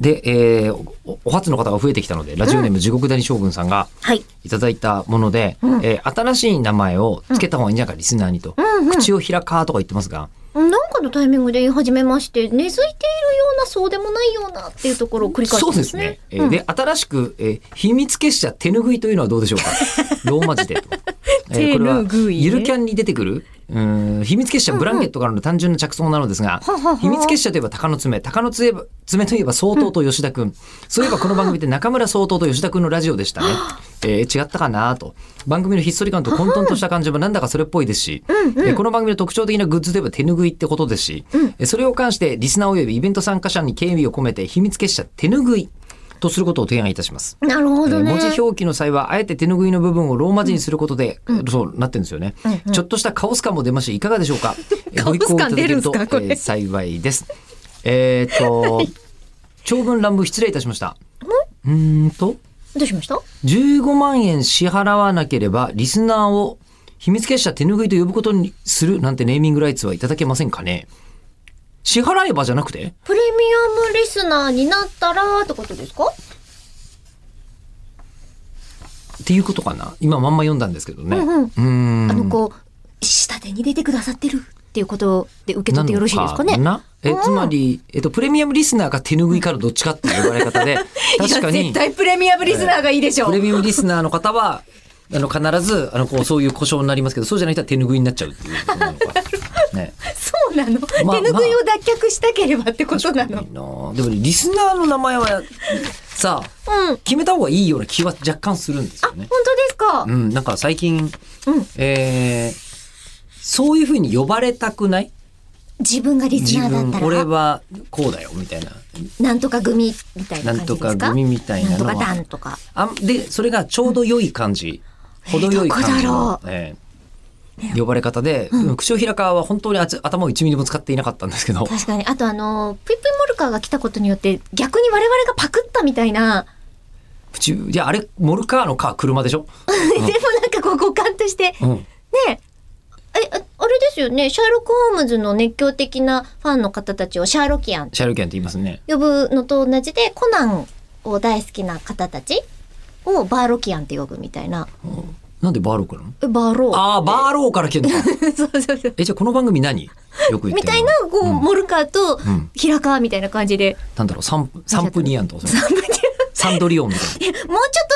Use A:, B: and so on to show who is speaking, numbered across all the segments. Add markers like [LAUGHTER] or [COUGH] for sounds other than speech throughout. A: で、えーお、お初の方が増えてきたので、ラジオネーム地獄谷将軍さんが
B: はい。
A: いただいたもので、えー新しい名前をつけた方がいいんじゃないか、リスナーにと。口を開かーとか言ってますが、
B: なんかのタイミングで言い始めまして、根付いているような、そうでもないようなっていうところを繰り返し
A: そ
B: て
A: うで
B: ますす
A: ね
B: ね。。
A: えーで、新しく、えー秘密結社手拭いというのはどうでしょうかローマ字で。えーこれは
C: 手拭いね
A: ゆるキャンに出てくるうーん秘密結社ブランケットからの単純な着想なのですが、
B: ははは
A: 秘密結社といえば鷹の爪鷹の爪爪といえば総統と吉田君、そういえばこの番組で中村総統と吉田君のラジオで
B: [GASPS]
A: したね、えー違ったかなと番組のひっそり感と混沌とした感じもなんだかそれっぽいですし、えーこの番組の特徴的なグッズといえば手拭いってことですし、えーそれを関してリスナーおよびイベント参加者に敬意を込めて秘密結社手拭いとすることを提案いたします。
B: なるほどね。
A: えー文字表記の際はあえて手拭いの部分をローマ字にすることで、そうなってるんですよね、ちょっとしたカオス感も出ますしいかがでしょうかえーご意向いただけると
C: カオス感出るんすかこれ
A: えー幸いですえーっと長文乱文失礼いたしましたうーんと
B: どうしました
A: 15万円支払わなければリスナーを秘密結社手拭いと呼ぶことにするなんてネーミングライツはいただけませんかね支払えばじゃなくて
B: プレミアムリスナーになったらってことですか
A: っていうことかな今まんま読んだんですけどね、
B: うんうん
A: ーん
B: あの、こう、下手に出てくださってるっていうことで受け取ってよろしいですかね。
A: なのなえ
B: うん
A: つまり、えっと、プレミアムリスナーが手拭いからどっちかっていう呼ばれ方
B: [LAUGHS]
A: で確か
C: いや絶
A: に
C: 対プレミアムリスナーがいいでしょ
A: プレミアムリスナーの方はあの必ずあのこうそういう故障になりますけどそうじゃない人は手拭いになっちゃうっていうことなのか、
B: [LAUGHS]
A: ね、
C: そうなの、
A: まあ
C: 手拭いを脱却したければってことなの
A: いいなあでもリスナーの名前はさあ
B: うん。
A: 決めた方がいいような気は若干するんです
B: あ、
A: よ
B: 本当で
A: ね。
B: すか。
A: うん、なんか最近、
B: うん
A: えーそういうふうに呼ばれたくない
B: 自分がリス
A: 自
B: ナーだ
A: 分
B: った
A: 俺
B: ら、
A: はこうだよみたいな
B: なんとか組みたいな
A: なん
B: 感じ
A: と
B: ですか
A: か組みたい
B: な
A: なん
B: と
A: の
B: か
A: は
B: 団とか。
A: あんでそれがちょうど良い感じ、程よい感じ
B: ど
A: の
B: こ、
A: ええ呼ばれ方で、うん口を開かは本当にあつ頭を1ミリも使っていなかったんですけど
B: 確かに。あとあの、ぷいぷいモルカーが来たことによって、逆に我々がパクったみたいな、
A: 口いやあれモルカーのカー車でしょ、
B: [LAUGHS] でもなんかこう五感として、
A: うん、
B: ねえ、えああれですよね、シャーロック・ホームズの熱狂的なファンの方たちをシャーロキアン
A: シャルケンって言いますね。
B: 呼ぶのと同じで、コナンを大好きな方たちをバーロキアンって呼ぶみたいな。
A: なんでバーロークなの
B: えバーロー。
A: ああバーローから来てんのか
B: [LAUGHS] そうそうそう。
A: えじゃあこの番組何よく言ってるの
B: みたいな、こう、モルカーと
A: ん
B: 平川みたいな感じで。
A: なんだろうサンサンプニアンとか
B: [LAUGHS]
A: そう
B: あんまり
A: サンドリオンみたい
B: もうちょっ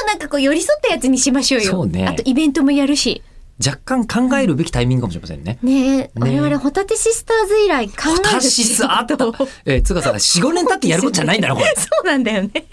B: となんかこう寄り添ったやつにしましょうよ。
A: そうね
B: あとイベントもやるし。
A: な若干考えるべきタイミングかもしれませんね。
B: ねえ、我
A: ね
B: 々ホタテシスターズ以来考えるっていうことを [LAUGHS]
A: タシスあった。えつうかさ45年経ってやることじゃないんだなこれ。
C: そうなんだよね